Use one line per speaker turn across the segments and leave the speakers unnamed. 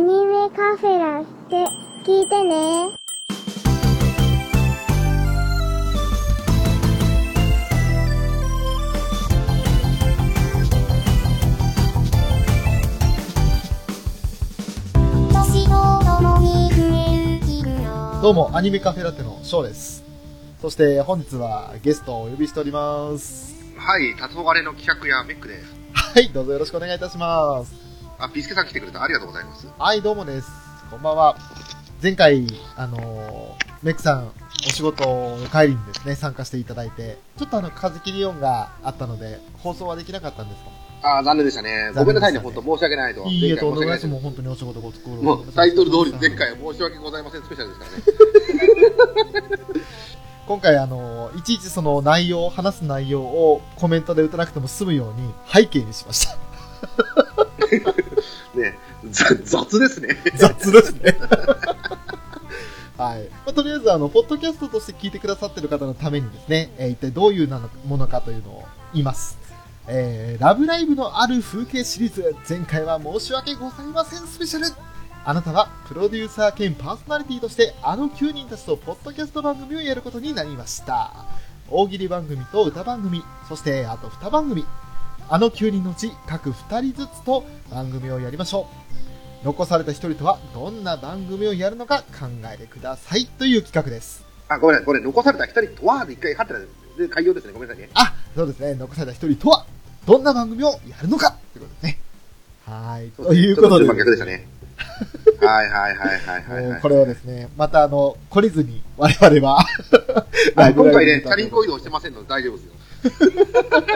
カフェラって聞いてね。私と共に触れる日々
どうも、アニメカフェラテのショーです。そして本日はゲストをお呼びしております。
はい、たとがれの企画やメックです。
はい、どうぞよろしくお願いいたします。
あ、ビスケさん来てくれた。ありがとうございます。
はい、どうもです。こんばんは。前回、あのーメックさん、お仕事の帰りにですね、参加していただいて、ちょっとあの、風切り音があったので、放送はできなかったんですか
あ、残念でしたね。ごめんなさいね、本当申し訳ないと。
いいえ、とんでも
前
ないです。
回申し訳
もう本当にお仕事ご苦労
もう、タイトル通り前
回。
回は申し訳ございませんスペシャルですからね。
今回、あのーいちいちその内容、話す内容をコメントで打たなくても済むように、背景にしました。
ね、ざ雑ですね。
雑ですね。はいまあ、とりあえずあの、ポッドキャストとして聞いてくださってる方のためにですね、えー一体どういうなのものかというのを言います。えーラブライブのある風景シリーズ、前回は申し訳ございませんスペシャル。あなたはプロデューサー兼パーソナリティとしてあの9人たちとポッドキャスト番組をやることになりました。大喜利番組と歌番組、そしてあと2番組。あの9人のうち各2人ずつと番組をやりましょう。残された一人とはどんな番組をやるのか考えてくださいという企画です。
あ、ごめんなさい。これ残された二人とはで一回入ってたんで、開業ですね。ごめんなさいね。
あ、そうですね。残された一人とはどんな番組をやるのかということですね。はい。ということで
ちょっ順番逆でしたね。はいはいはいはいはい
も
は
う
い
こ。れをですね、またあの、懲りずに我々はラ
あ
イブ
今
ラ
回
イブに、
ねチ
立
ャ
た
リ
せ
ン
て
コ移動してませんので大丈夫ですよ。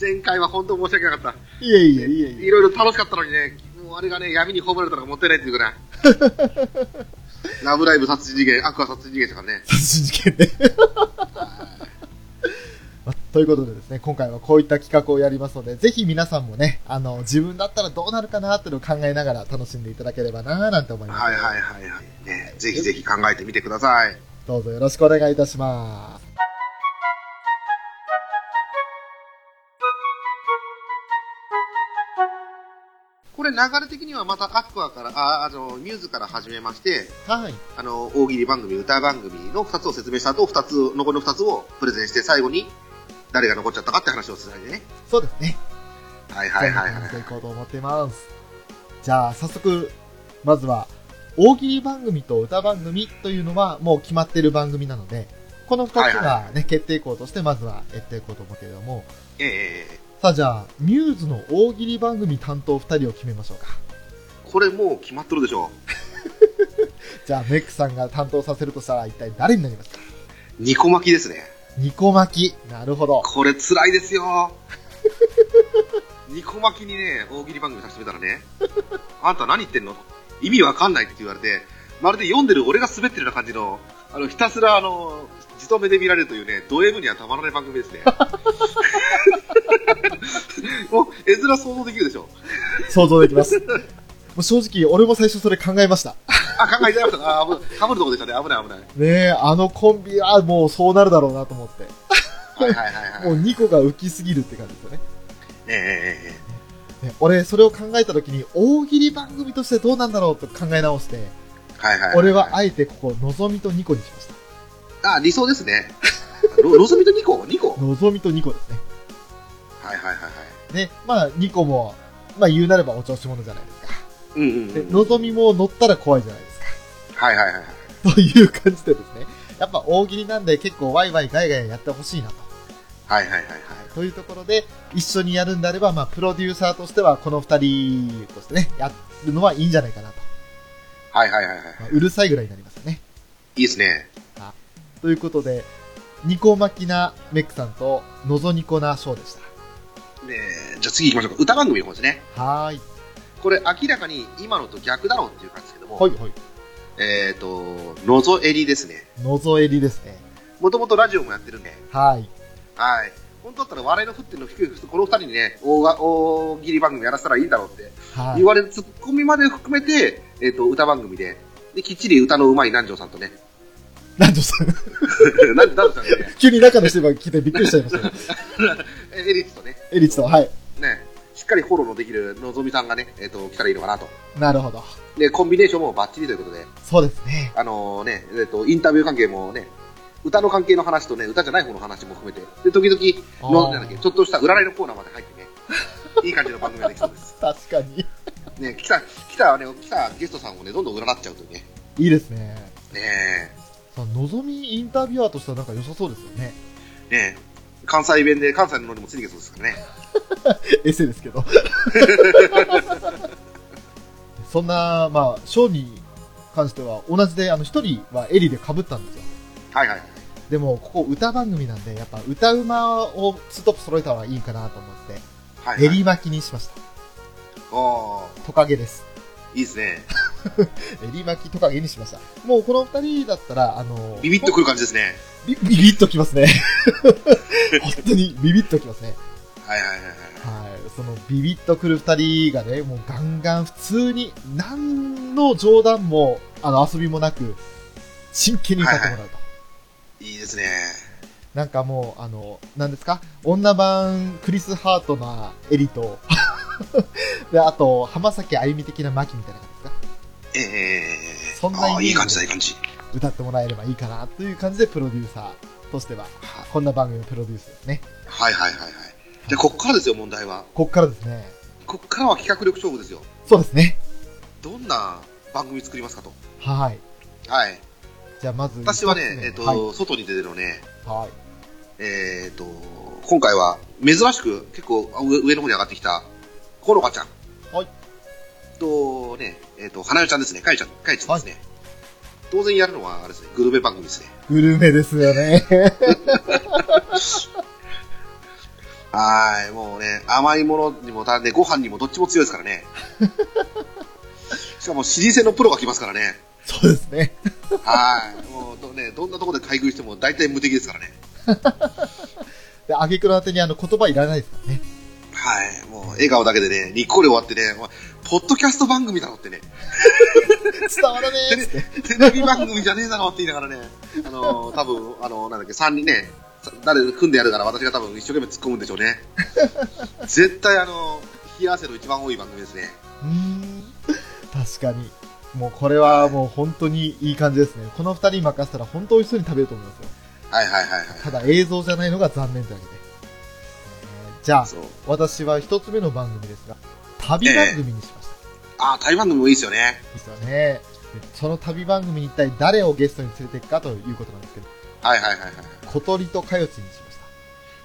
前回は本当申し訳なかった。
いえいえいえい
い
え。
ろいろ楽しかったのにね、もうあれがね、闇に葬られたのがもったいないっていう から。ラブライブ殺人事件、アクア殺人事件でしたからね。
殺人事件で。 まあということでですね、今回はこういった企画をやりますので、ぜひ皆さんもね、あの、自分だったらどうなるかなっていうのを考えながら楽しんでいただければなーなんて思います。
はいはいはいはい。ね、ぜひぜひ考えてみてください。
どうぞよろしくお願いいたします。
これ流れ的にはまたアクアから、あ、あの、ミューズから始めまして、
はい。
あの、大喜利番組、歌番組の2つを説明した後、2つ、残りの2つをプレゼンして、最後に誰が残っちゃったかって話をつないでね。
そうですね。
はいはいは
そ
い
んな
は
感
い
じ。でいこうと思ってます。じゃあ、早速、まずは、大喜利番組と歌番組というのはもう決まっている番組なので、この2つがね、
はいは
決定校としてまずはやっていこうと思うけれども、
えええええ
さあじゃあ、ミューズの大喜利番組担当2人を決めましょうか。
えこれもう決まっとるでしょ
じゃあ、メックさんが担当させるとしたら一体誰になりますか
う。ニコ巻きですね。
ニコ巻き。なるほど。
これ辛いですよ。 ニコ巻きにね、大喜利番組始めたらね、あんた何言ってんの意味わかんないって言われて、まるで読んでる俺が滑ってるような感じの、あの、ひたすらあの、自と目で見られるというね、ド M にはたまらない番組 ですね。もう、絵面想像できるでしょ。
想像でき ます。もう正直、俺も最初それ考えました。
あ、考えちゃいました。あ、危ない。かぶるとこでしたね。危ない危ない。
ねえ、あのコンビはもうそうなるだろうなと思って。
はいはいはいはい。
もう
ね
2個が浮きすぎるって感じですよね。
えええええ
ね俺、それを考えた時に、大喜利番組としてどうなんだろうと考え直して、
えはいはいいい。
俺はあえてここ、のぞみと2個にしました。
あ、理想ですね。ロロズミとニコニコ
のぞみと2個ですね。
はいはいはいはい。
ね、まあ、2個も、まあ言うなればお調子者じゃないですか。
うんうんうん、
で、のぞみも乗ったら怖いじゃないですか。
はいはいはいはい。
という感じでですね、やっぱ大喜利なんで結構ワイワイガイガイやってほしいなと。
はいはいはいはい。
というところで、一緒にやるんであれば、まあ、プロデューサーとしては、この二人としてね、やるのはいいんじゃないかなと。
はいはいはいはい。
まあうるさいぐらいになりますよね。
いいですね。
ということで、ニコ巻きなメックさんと、のぞニコなショーでし
で、じゃあ次行きましょうか。歌番組の方ですね。
た。はーい。
これ明らかに今のと逆だろうっていう感じですけども、
はい、はい。
えっ、と、のぞえりですね。
のぞえりですね。
もともとラジオもやってるんで、
はい。
はい。本当だったら笑いの振ってるの低いこの二人にね、大が大喜利番組やらせたらいいだろうって
は
言われるツッコミまで含めて、えっ、と、歌番組で、で、きっちり歌の上手い南條さんとね、
い。なんとさん、
南條さんがね、
急に中の人が来てびっくりしちゃいましたね。
えエリッツとね、
エリチと、はい。
ね、しっかりフォローのできるのぞみさんがね、えっ、と、来たらいいのかなと。
なるほど。
で、コンビネーションもバッチリということで、
そうですね。
あのね、えっと、インタビュー関係もね、歌の関係の話とね、歌じゃない方の話も含めて、で、時
あ
々、
ー
のなんだっけ、ちょっとした占いのコーナーまで入ってね、いい感じの番組ができそうです。
確かに。
ね、来た、来た、ね、来たゲストさんをね、どんどん占っちゃうというね、
いいですね。
ね
さあ、のぞみインタビュアーとしてはなんか良さそうですよね。
え、ねえ、関西弁で関西のノリもついてきそうですからね。
エセですけ ど。そんな、まあ、ショーに関しては、同じで、あの、一人はエリで被ったんですよ。
はいはいはい。
でも、ここ歌番組なんで、やっぱ歌うまをツートップ揃えた方がいいかなと思って、
はい、
練
はい。
り巻きにしました。
お
トカゲです。
ーいいですね。
練り巻きトカゲにしました。もうこの二人だったら、あの、
ビビッとくる感じですね。
ビビビッときますね。 本当にビビッときますね。
はいはいはいはい。
はい。そのビビッとくる二人がね、もうガンガン普通に、何の冗談も、あの、遊びもなく、真剣に歌ってもらうと。
いいですね。
なんかもう、あの、なんですか女版クリス・ハート なエリと、で、あと、浜崎あゆみ的なマキみたいな感じですか
ええええ
そんなイメージ
ああ、いい感じだ、いい感じ。
歌ってもらえればいいかなという感じでプロデューサーとしては、
は
こんな番組のプロデュースですね。
はいはいはいはい。で、こっからですよ、問題は。
こっからですね。
こっからは企画力勝負ですよ。
そうですね。
どんな番組作りますかと。
はい。
はい。
じゃあまず、
私はね
一つ、目
えっと、
はい。
外に出てのね、
はい。
えっと、今回は珍しく結構上上の方に上がってきた、ほのかちゃん。
はい。
と、ね、えっと、花代ちゃんですね、かゆちゃん、かゆちゃんですね。当然やるのは、あれですね、グルメ番組ですね。
グルメですよね。
はーい、もうね、甘いものにも、ね、ご飯にもどっちも強いですか らね。しかも、老舗のプロが来ますからね。
そうですね。
はーい、もうど、ね、どんなところで買い食いしても大体無敵ですからね。
で、挙句のあてにあの言葉いらないですからね。
はい、もう笑顔だけでね、にっこり終わってね、お前ポッドキャスト番組だろってね、
伝わらねえっつって。
テレビ番組じゃねえだろって言いながらね、あのー、多分あのー、なんだっけ、3人ね、さ誰組んでやるから私が多分一生懸命突っ込むんでしょうね。絶対あのー、冷や汗の一番多い番組ですね。
うーん。確かに。もうこれはもう本当にいい感じですね。この二人に任せたら本当美味しそうに食べると思いますよ。
はいはいはいはい。
ただ映像じゃないのが残念ってわけで。えーじゃあ、
そう
私は一つ目の番組ですが、旅番組にしました。
あー、台湾のもいいですよね。
ですよね。でその旅番組に一体誰をゲストに連れていくかということなんですけど、
はいはいはいはい。
小鳥とかよちにしまし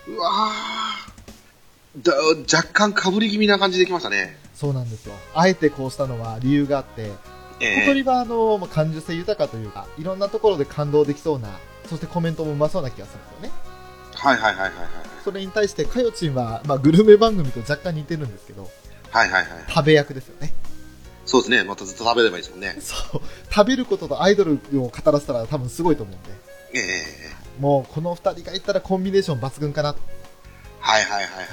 た。
うわーだ若干かぶり気味な感じできましたね。
そうなんですよ。あえてこうしたのは理由があって、小
ええ
鳥はあの、まあ感受性豊かというか、いろんなところで感動できそうな、そしてコメントもうまそうな気がするんですよね。
はいはいはいはいはい。
それに対して、かよちんは、まあ、グルメ番組と若干似てるんですけど、
はいはいはい。
食べ役ですよね。
そうですね。またずっと食べればいいですもんね。
そう。食べることとアイドルを語らせたら多分すごいと思うんで、
ええ
もうこの二人がいったらコンビネーション抜群かなと。
はいはいはいはいはい。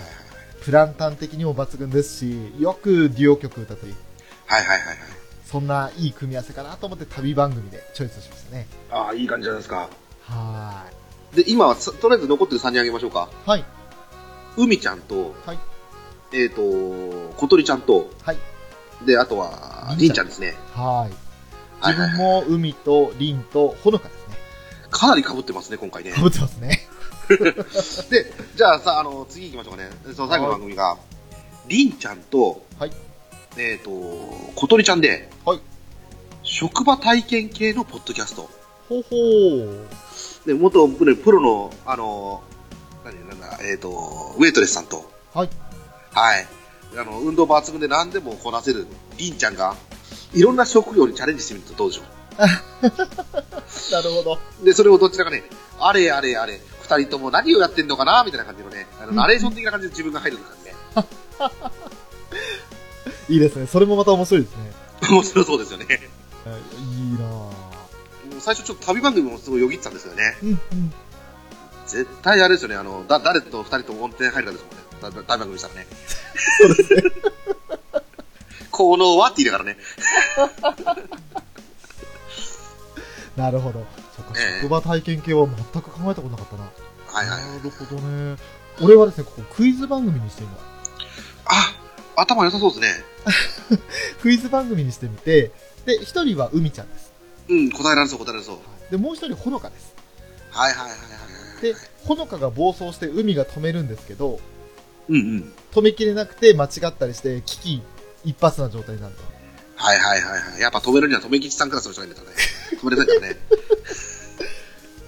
プランタン的にも抜群ですし、よくデュオ曲歌ったり、
はいはいはいはい。
そんないい組み合わせかなと思って旅番組でチョイスしましたね。
ああ、いい感じじゃないですか。
は
で、今はさ、とりあえず残ってる3人あげましょうか。
ーい。はい。
海ちゃんと、
はい
えっ、と、小鳥ちゃんと、
はい。
で、あとは、り
り
ん
ん
ち
ち
ゃ
ゃ
ん
ん
ですね。
はい。
は
自
いはい
分も海と凛とほのかですね。
かなり被ってますね、今回ね。
かぶってますね。
で、じゃあさ、あの、次行きましょうかね。その最後の番組が、りんちゃんと、
はい
えっ、と、小鳥ちゃんで、
はい
職場体験系のポッドキャスト。
ほほー。
で、元プロプロの、あの、何、なんだ、えっ、と、ウェイトレスさんと、
はい。
はい。あの、運動抜群で何でもこなせるりんちゃんが、いろんな職業にチャレンジしてみるとどうでしょ
なるほど。
う。で、それをどちらかね、あれあれあれ、二人とも何をやってんのかなみたいな感じのね、あの、
うん
ナレーション的な感じで自分が入る感じね。
いいですね。それもまた面白いですね。
面白そうですよね。
はいいいなぁ。
もう最初ちょっと旅番組もすごいよぎってたんですよね。
うんうん。
絶対あれですよね、あの、だ、誰と二人とも温泉入るかですもんね。だ、だ、旅番組したらね。効能はって言いながらね。
なるほど。そっか、
ええ
職場体験系は全く考えたことなかったな。
はいはい。
なるほどね。俺はですね、ここクイズ番組にしています。
あ、頭良さそうですね。
クイズ番組にしてみて、で、一人は海ちゃんです。
うん、答えられそう、答えられそう。
で、もう一人ほのかです。
はいはいはいはいはい。
で、ほのかが暴走して海が止めるんですけど、
うんうん。
止めきれなくて間違ったりして、危機一発な状態になると。
はいはいはいはい。やっぱ止めるには止め吉さんクラスの人がいるんだね。 止めれないからね。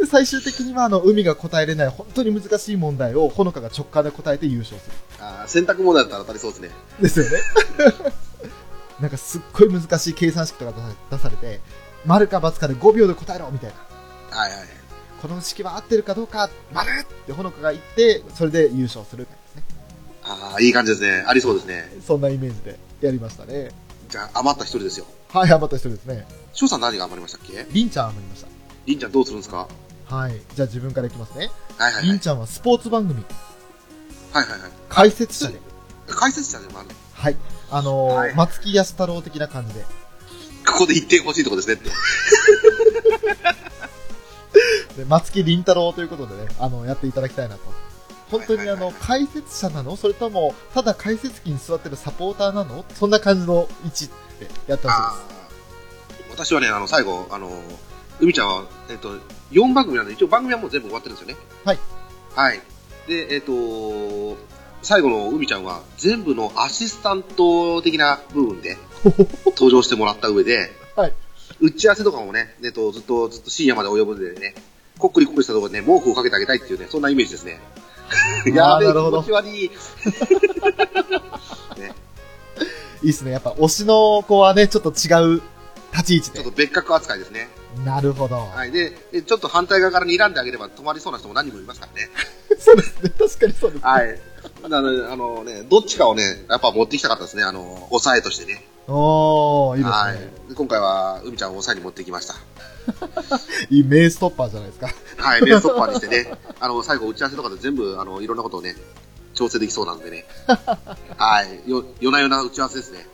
で、最終的には、あの、海が答えれない、本当に難しい問題を、ほのかが直感で答えて優勝する。
あー選択問題だったら当たりそうですね。
ですよね。 なんか、すっごい難しい計算式とか出さ出されて、丸か×かで5秒で答えろみたいな。
はいはい。
この式は合ってるかどうか、丸ってほのかが言って、それで優勝するみたいですね。
ああ、いい感じですね。ありそうですね。
そんなイメージでやりましたね。
じゃあ、余った一人ですよ。
はい、余った人ですね。
翔さん何が余りましたっけ
りんちゃん余りまし
りんちゃんどうするんですか
た。はい。じゃあ自分からいきますね。
はいはい
り
は
ん
い。
ちゃんはスポーツ番組、
はいはいはい。
解説者で。
解説者でもある。
はい。あのー
はい
松木安太郎的な感じで。
ここで一点欲しいとこですねって。
で松木凛太郎ということでね、あの、やっていただきたいなと。本当にあの、
はい
解説者なのそれとも、ただ解説機に座ってるサポーターなのそんな感じの位置ってやってほしいで
あー私はね、あの、最後、あの、海ちゃんは、えっと、4番組なんで、一応番組はもう全部終わってるんですよね。
はい。
はい。で、えっと、最後の海ちゃんは、全部のアシスタント的な部 分で、登場してもらった上で、
はい
打ち合わせとかもね、えっと、ずっと、ずっと深夜まで及ぶんでね、こっくりこっくりしたところでね、毛布をかけてあげたいっていうね、そんなイメージですね。
ー
やべえ、
な
気
るほど
持ち悪い。
す。いいですね。やっぱ推しの子はね、ちょっと違う立ち位置
ちょ
で
っと。別格扱いですね。
なるほど。
はい、で、えちょっと反対側から睨んであげれば止まりそうな人も何人もいますからね。
そうですね。確かにそうです、ね。
はい。あの、あのね、どっちかをね、やっぱ持ってきたかったですね。あの、抑えとしてね。
おー、いいですね。
はい。で今回は、海ちゃんを抑えに持ってきました。
いい名ストッパーじゃないですか。
はい。ベーストッパーにしてね、あの、最後打ち合わせとかで全部、あの、いろんなことをね、調整できそうなんでね。はい。よ、夜な夜な打ち合わせですね。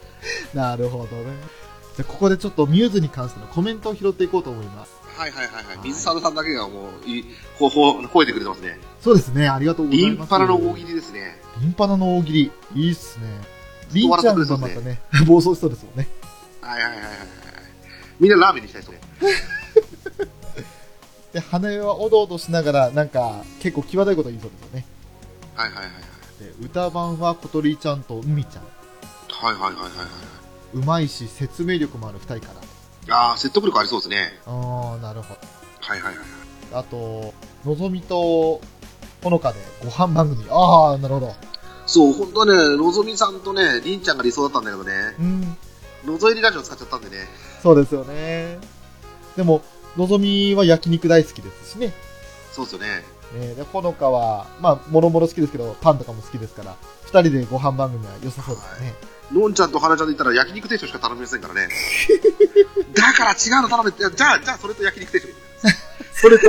なるほどね。じゃあここでちょっとミューズに関してのコメントを拾っていこうと思います。
はいはいはいはいい。水沢さんだけがもう、いい、ほ、ほ、吠えてくれてますね。
そうですね。ありがとうございます。
リンパラの大喜利ですね。
リンパラの大喜利。いいっすね。リンちゃんがまたね、 暴走しそうですもんね。
はいはいはいはいはい。みんなラーメンにしたいですね。
で、羽はおどおどしながら、なんか、結構際どいこと言いそうですよね。
はいはいはいはい。
で、歌版は小鳥ちゃんと海ちゃん。
はいはいはいはいはいう
まいし、説明力もある二人から。
ああ説得力ありそうですね
あー、なるほ
はいはいはい
ど。あと、のぞみと、ほのかでご飯番組。あー、なるほど。
そう本当はねのぞみさんとねりんちゃんが理想だったんだけどね
うん、
のぞいりラジオ使っちゃったんでね
そうですよね。でも、のぞみは焼肉大好きですしね。
そうですよね
えーで、ほのかは、まあ、もろもろ好きですけど、パンとかも好きですから、二人でご飯番組は良さそうですね。
のんちゃんとはなちゃんで言ったら焼肉定食しか頼みませんからねだから違うの頼めってじゃあじゃあそれと焼肉定食
それと、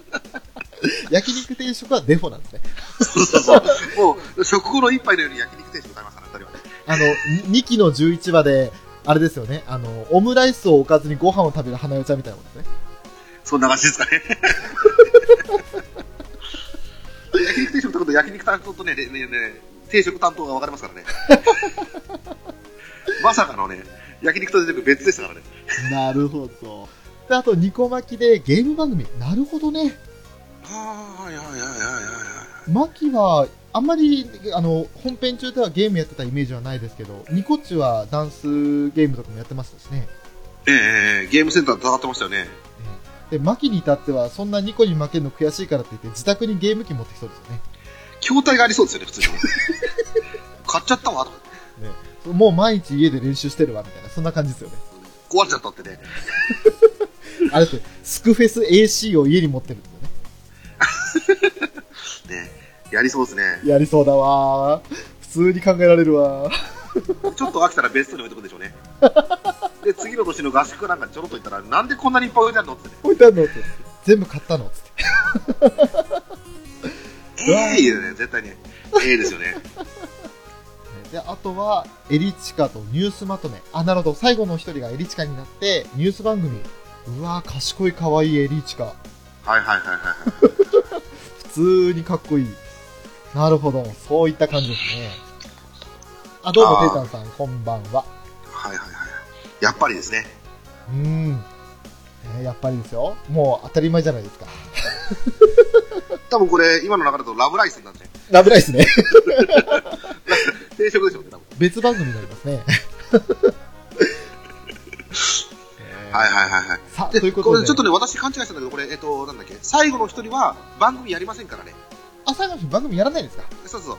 焼肉定食はデフォなんですね。
そうそうそうもう食後の一杯のように焼肉定食食べますから二人はね
あの、2期の11話で、あれですよね、あの、オムライスをおかずにご飯を食べる花代ちゃんみたいなもんですね。
そんな感じですかね 焼肉定食ってこと焼肉担当とねねねね定食担当が分かれますからね まさかのね焼肉と定食別でしたからね
なるほど。で、あと、ニコ巻きでゲーム番組。なるほどね。
はいはいはいはいはい
巻きは、あんまり、あの、本編中ではゲームやってたイメージはないですけど、ニコッチはダンスゲームとかもやってましたしね。
ええええゲームセンターで戦ってましたよね
で、マキに至っては、そんなニコに負けるの悔しいからって言って、自宅にゲーム機持ってきそうですよね。
筐体がありそうですよね普通に 買っちゃったわとか
もう毎日家で練習してるわ、みたいな、そんな感じですよね。
壊れちゃったってね
あれって、スクフェス AC を家に持ってるんですよね。
ねやりそうですね
やりそうだわー。普通に考えられるわー。
ちょっと飽きたらベストに置いてくんでしょうねで次の年の合宿なんかにちょろっと行ったらなんでこんなにいっぱい置いてあるのってね
置いてあるのって。全部買ったのつって。
ええ言うね絶対ねええです よね
で、あとは、エリチカとニュースまとめ。あ、なるほど。最後の一人がエリチカになって、ニュース番組。うわー、賢い可愛いエリチカ。
はいはいはいはいはい
普通にかっこいい。なるほど。そういった感じですね。あ、どうも、テータンさん、こんばんは。
はいはいはい。やっぱりですね。
うん。ねやっぱりですよ。もう当たり前じゃないですか。
多分これ、今の流れだとラブライスになって、
ラブライスね。
定食でしょうね、多分。
別番組になりますね。
はいはいはいはい。
さあ、
で、
というこ
ことれ
で、
ちょっとね、私勘違いしたんだけど、これ、えっと、なんだっけ、最後の一人は番組やりませんからね。
朝の日番組やらないんですか
そうそう。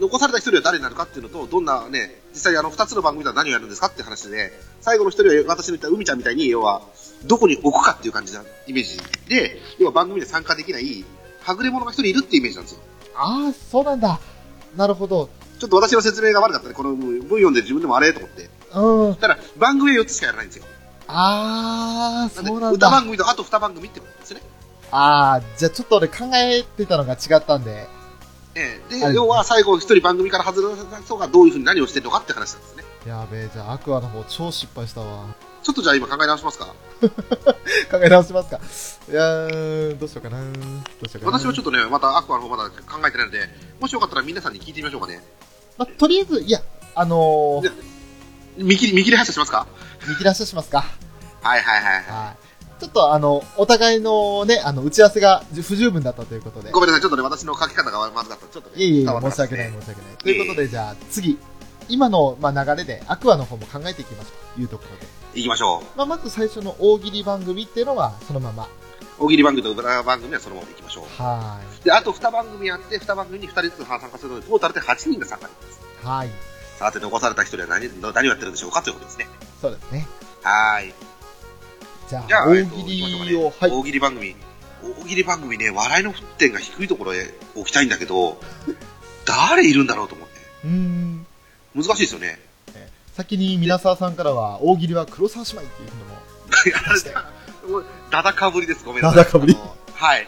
残された一人は誰になるかっていうのと、どんなね、実際あの二つの番組では何をやるんですかって話で、最後の一人は私の言った海ちゃんみたいに、要は、どこに置くかっていう感じなイメージで、要は番組で参加できない、はぐれ者が一人いるっていうイメージなんですよ。
ああ、そうなんだ。なるほど。
ちょっと私の説明が悪かったね。この文読んで自分でもあれと思って。
うん。
ただ、番組は4つしかやらないんですよ。
ああ、
な
そうなんん
で、歌
だ。
番組とあと2番組ってことですね。
ああ、じゃあちょっと俺考えてたのが違ったんで。
ええ、で、
はい
要は最後一人番組から外れた人がどういうふうに何をしてるのかって話なんですね。
やべえ、じゃあアクアの方超失敗したわ。
ちょっとじゃあ今考え直しますか。
考え直しますか。いやー、どうしようかな。どうしようかな。
私はちょっとね、またアクアの方まだ考えてないので、もしよかったら皆さんに聞いてみましょうかね。
まあ、とりあえず、いや、あの
じ
ー
ゃ、あ見切り、見切り発車しますか
見切らししますか。
はいはいはいは
はい。ちょっとあの、お互いのね、あの、打ち合わせが不十分だったということで
い。。ごめんなさい、ちょっとね、私の書き方がまずかった。ちょっとね、
いえいえ、
伝わ
申
らか
し
った
訳
です
ない、
ね。
申し訳ない。ということで、じゃあ次、今の、まあ、流れで、アクアの方も考えていきましょうというところで。
行きましょ
まあ、まず最初の大喜利番組っていうのは、そのまま。
う。大喜利番組と裏番組はそのまま行きましょう。
は
で、あと2番組やって、2番組に2人ずつ参加するので、トータルで8人が参加できます。
い。はい。
さて、残された一人は何、何をやってるんでしょうかということですね。
そうですね。
はーい。
じゃ
じゃ
あ、
あ、え
大
っ
喜
と行きましょうか
利
ね
を、はい。
大喜利番組。大喜利番組ね、笑いの沸点が低いところへ置きたいんだけど、誰いるんだろうと思って。
うーん。
難しいですよね。
先に、皆沢さんからは、大喜利は黒沢姉妹っていうのも。
もうダダかぶりです、ごめんなさい。
ダダかぶり
あのはい。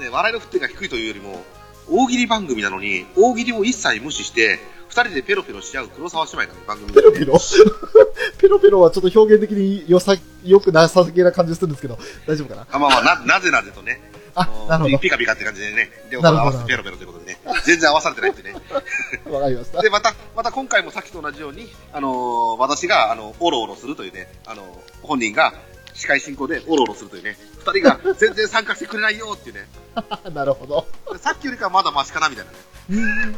ね、笑いの沸点が低いというよりも、大喜利番組なのに、大喜利を一切無視して、二人でペロペロし合う黒沢姉妹の番組で
ペロペロ ペロペロはちょっと表現的に良さ、良くなさげな感じがするんですけど、大丈夫かな
あ、まあまあ、な、なぜなぜとね。
あ、なる
ピ
ほ
ピカピカって感じでね、両
な
方
る
合
ほど
わせてペロペロということでね、全然合わされてないってね。
ど。わかりました。
で、また、また今回もさっきと同じように、あのー私が、あの、オロオロするというね、あの本人が司会進行でオロオロするというね、二人 が全然参加してくれないよっていうね、
なるほど。
さっきよりかはまだマシかなみたいなね。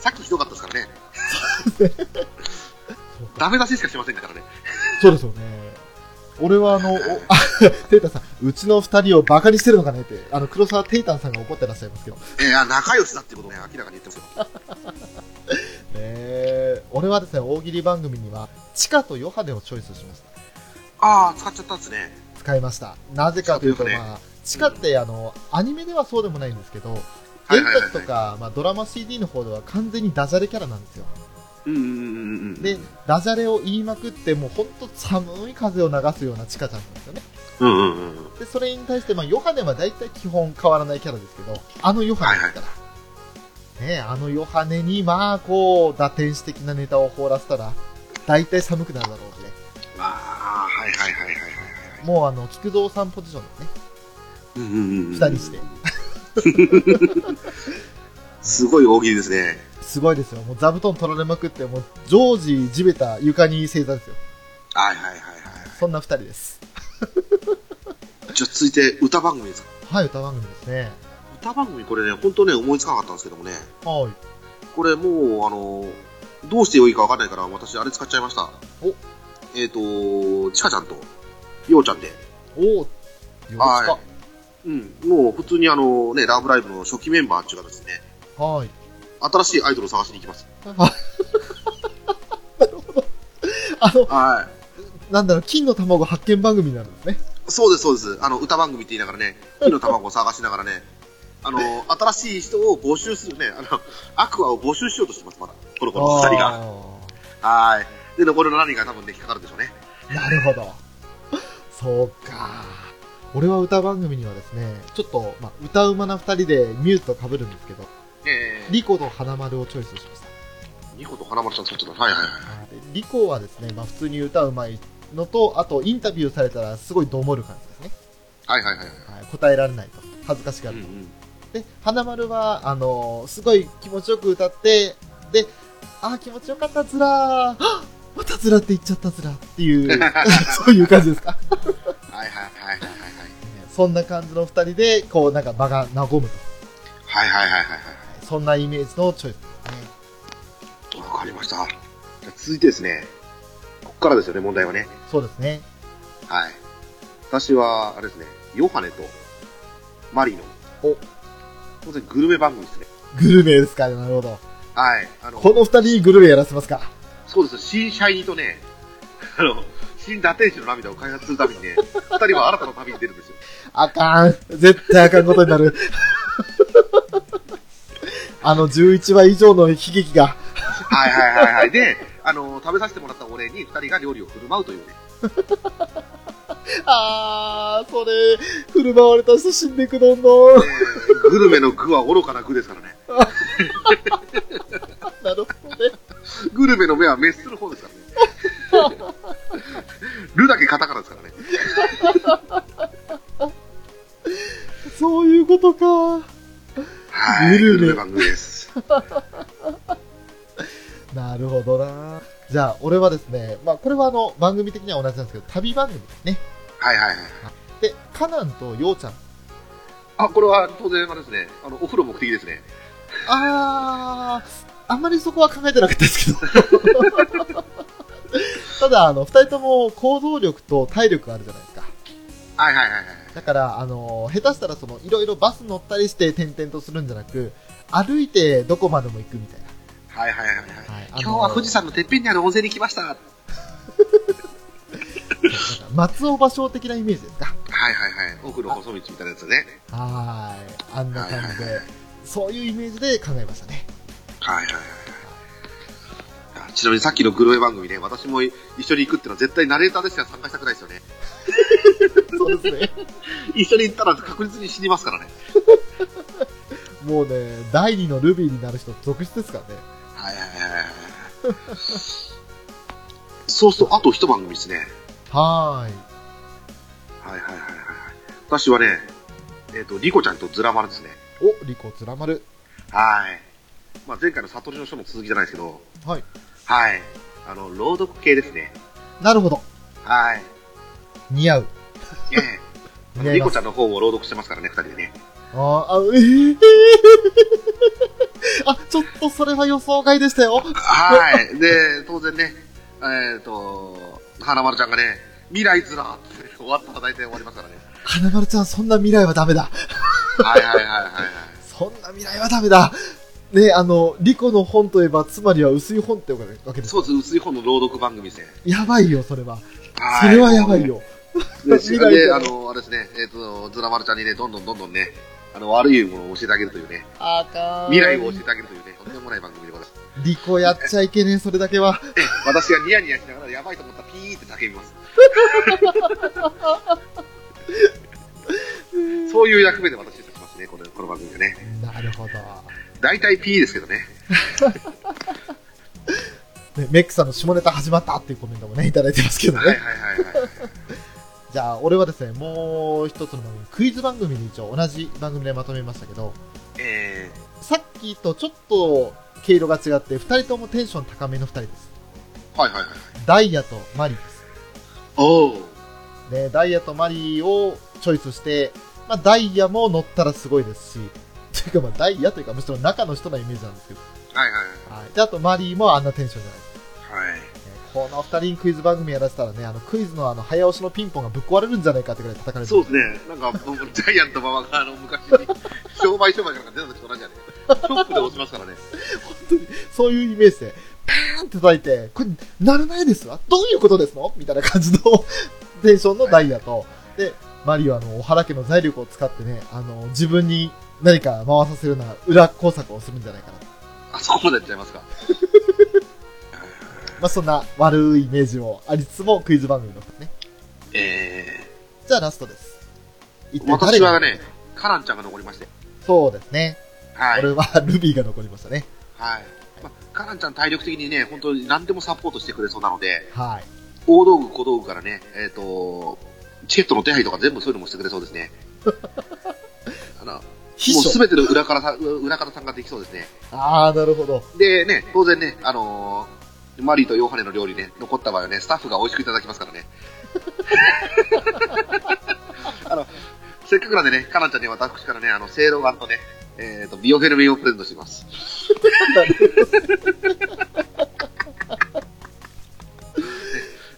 さっきひどかったですからね。 ダメ出ししかしませんからね。
そうですよね。俺はあの、お あ、テイタンさん、うちの二人をバカにしてるのかねって、あの、黒沢テイタンさんが怒ってらっしゃいますけど。ね
えー、あ仲良しだってことね、明らかに言ってますよ。
え俺はですね、大喜利番組には、チカとヨハネをチョイスしました。
ああ、使っちゃったんですね。
使いました。なぜかというと、
そうですね
まあ、チカってあの、アニメではそうでもないんですけど、
はい
原
はいはいはい
作とか、まあ、ドラマ CD の方では完全にダジャレキャラなんですよ。
うんうんうんうん。
で、ダジャレを言いまくって、もうほんと寒い風を流すようなチカちゃんなんですよね。
うんうんうんうん。
で、それに対して、まあ、ヨハネは大体基本変わらないキャラですけど、あのヨハネだったら、ね、あのヨハネに、まあ、こう、打天使的なネタを放らせたら、大体寒くなるだろうね。
ああ、はいはいはいはいはい。
もう、あの、菊蔵さんポジションですね。
うんうんうん。
二人して。
すごい大喜利ですね。
すごいですよ。もう座布団取られまくって、もう、常時地べた床に正座ですよ。
はいはいはいはい。
そんな二人です。
じゃあ続いて歌番組ですか。
はい、歌番組ですね。
歌番組これね、本当ね、思いつかなかったんですけどもね。
はい。
これもう、あの、どうしてよいかわかんないから、私あれ使っちゃいました。
お
えっ、と、ちかちゃんと、ようちゃんで。
おー、よろ
うん。もう普通にあのね、ラブライブの初期メンバーっていうかですね、
しか。はい。
新しいアイドルを探しに行きます。
あの、
は
なんだろう、金の卵発見番組になるんですね。
い。そうです、そうです。あの、歌番組って言いながらね、火の卵を探しながらね、あの、新しい人を募集するね、あの、 アクアを募集しようとしてます、まだ。この子の二人が。
あー
はい。で、残りの何人が多分ね、引っかかるでしょうね。
なるほど。そうか。俺は歌番組にはですね、ちょっと、まあ、歌うまな二人でミューズと被るんですけど、
ええ
リコと花丸をチョイスしました。
ニコと花丸さんそっちだ。はいはいはい。
でリコはですね、まあ、普通に歌うまいのと、あとインタビューされたらすごいどもる感じですね。
はいはいはいはい。
はい、答えられないと。恥ずかしが
うん
る
うん
と。で、花丸は、あのーすごい気持ちよく歌って、で、あー気持ちよかった、ズラー。あまたズラって言っちゃった、ズラって いう、そういう感じですか。
はいはいはいはいはい
そんな感じの二人で、こう、なんか場が和むと。
はいはいはいはいはい
そんなイメージのチョイスですね。
はいわかりましたじゃあ続いてですねここからですよね問題はね
そうですね。
はい私はあれですねヨハネとマリの
お
当然グルメ番組ですね
グルメですかなるほど。
はいあの
この二人にグルメやらせますか。
そうです新シャイニーとねあの新打天使の涙を開発するためにね二人は新たな旅に出るん ですよ
あかん。絶対あかんことに なる。あの11話以上の悲劇が。
はいはいはいはいであの食べさせてもらったお礼に二人が料理を振る舞うというね
あー、それ、振る舞われた人死んでくどんどん。
えーグルメの具は愚かな具ですからね。
なるほどね。
グルメの目は滅する方ですから ね。ルだけカタカナですからね。
そういうことか。
はい。
グルメ
グルメ番組です。
なるほどな。じゃあ、俺はですね、まあ、これはあの、番組的には同じなんですけど、旅番組ですね。
はいはいはい。
で、カナンとヨウちゃん。
あ、これは当然あれですね。あの、お風呂目的ですね。
あー、あんまりそこは考えてなかったですけど。 ただ、あの、二人とも行動力と体力があるじゃないですか。
はいはいはいはい。
だから、あの、下手したら、その、いろいろバス乗ったりして転々とするんじゃなく、歩いてどこまでも行くみたいな。
はいはいはいはい。
はい、
今日は富士
山
山のてっぺんにある温泉に来ました。はい
松尾芭蕉的なイメージですか
はいはい。お風呂細道みたいなやつね。
はーいあんな感じ
はいはい
でそういうイメージで考えましたね
はいはいはいはい。あちなみにさっきのグルメ番組ね、私も一緒に行くってのは絶対ナレーターですら参加したくないですよね。
そうですね
一緒に行ったら確実に死にますからね。
もうね第二のルビーになる人続出ですからね
はいはいはいはい。そうすると、あと一番組ですね。
はーい
はいはいはいはい。私はね、えっ、と、リコちゃんとズラマルですね。
おリコつらまる
はい。まあ、前回の悟りの書の続きじゃないですけど、
はい
はい。あの、朗読系ですね。
なるほど
はい。
似合う
ええあの
似合い
リ
ま
コ
す
ちゃんの方も朗読してますからね、二人でね。
あーあえー、 あちょっとそれは予想外でしたよ
はい。で、当然ね、えっ、と、花丸ちゃんがね、未来ズラってね終わったら大体終わりますからね。
花丸ちゃんそんな未来はダメだ
はいはいはいはいはい。
そんな未来はダメだねあのリコの本といえばつまりは薄い本ってわけです
そうです、薄い方の朗読番組ですね。
やばいよそれはいそれはやばい。よ
で、
未来
で
だ
あの、あれですね、えっ、と、ズラマルちゃんにね、どんどんどんどんね、あの、悪いものを教えてあげるというね、
あかん
未来を教えてあげるというね、とんでもない番組でございます。
リコやっちゃいけねえ、それだけは。
え私がニヤニヤしながら、やばいと思ったらピーって叫び ます。そういう役目で私たちますね、このこの番組はね。
なるほど。
大体ピーですけどね。
ねメックさんの下ネタ始まったっていうコメントもね、いただいてますけど
はいはい
ね。
はいはい。
じゃあ、俺はですね、もう一つの番組、クイズ番組に一応同じ番組でまとめましたけど、
え
さっきとちょっと毛色が違って、二人ともテンション高めの二人です。
ー、はいはいはい。
ダイヤとマリーです。
おー。
ね、ダイヤとマリーをチョイスして、まあ、ダイヤも乗ったらすごいですし、というかまあ、ダイヤというかむしろ中の人のイメージなんですけど、
はいはい
はい。で、あとマリーもあんなテンションじゃないです
はい。はい。
この二人にクイズ番組やらせたらね、あのクイズのあの早押しのピンポンがぶっ壊れるんじゃないかってぐらい叩かれる。
そうですね、なんか、僕ジャイアント馬場があの昔に、商売商売なんか出た時と同じやね。ショックで落ちますからね。
そういうイメージで、パーンって叩いて、これ、ならないですわ。どういうことですのみたいな感じの テンションのダイヤと、で、マリはあの、お原家の財力を使ってね、あの、自分に何か回させるような裏工作をするんじゃないかなと。
あそこまでやっちゃいますか。
まあ、そんな悪いイメージもありつつも、クイズ番組の方ね。
え
じゃあラストです。一
え
体誰
私
が
はね、カランちゃんが残りまして。
そうですね。
はい。
俺
はい。
はルビーが残りましたね。
まあ、カランちゃん体力的にね、本当に何でもサポートしてくれそうなので、
はい。
大道具、小道具からね、えっ、 と、チケットの手配とか全部そういうのもしてくれそうですね。あの、
秘
もうす
書。
べての裏からさ、裏から参加できそうですね。
ああ、なるほ ど。
でね、当然ね、あのーマリーとヨハネの料理ね、残った場合はね、スタッフが美味しくいただきますからね。あの、せっかくなんでね、かなちゃんには私からね、あの、セイロガンとね、えっ、と、ビオフェルミンをプレゼントします。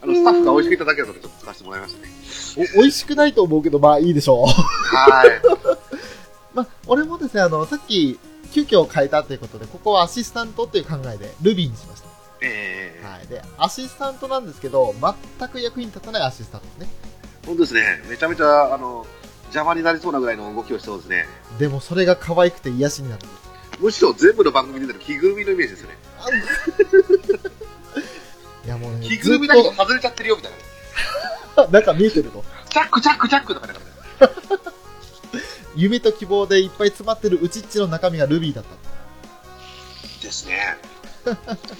あの、スタッフが美味しくいただけるので、ちょっと使わせてもらいましたね。
お美味しくないと思うけど、まあいいでしょう。
はい。
まあ、俺もですね、あの、さっき、急遽変えたということで、ここはアシスタントっていう考えで、ルビーにしました。
えー、
はい。で、アシスタントなんですけど、全く役に立たないアシスタントですね。
本当ですね、めちゃめちゃ、あの、邪魔になりそうなぐらいの動きをしそうですね。
でも、それが可愛くて癒しになってる。
むしろ全部の番組に出てる着ぐるみのイメージですよね。
いや、もうね、
着ぐるみだ
ず
け
っ
ど外れちゃってるよみたいな。
となんか見えてるの。
チャックチャックチャックとかだからね。
夢と希望でいっぱい詰まってるうちっちの中身がルビーだった。
ですね。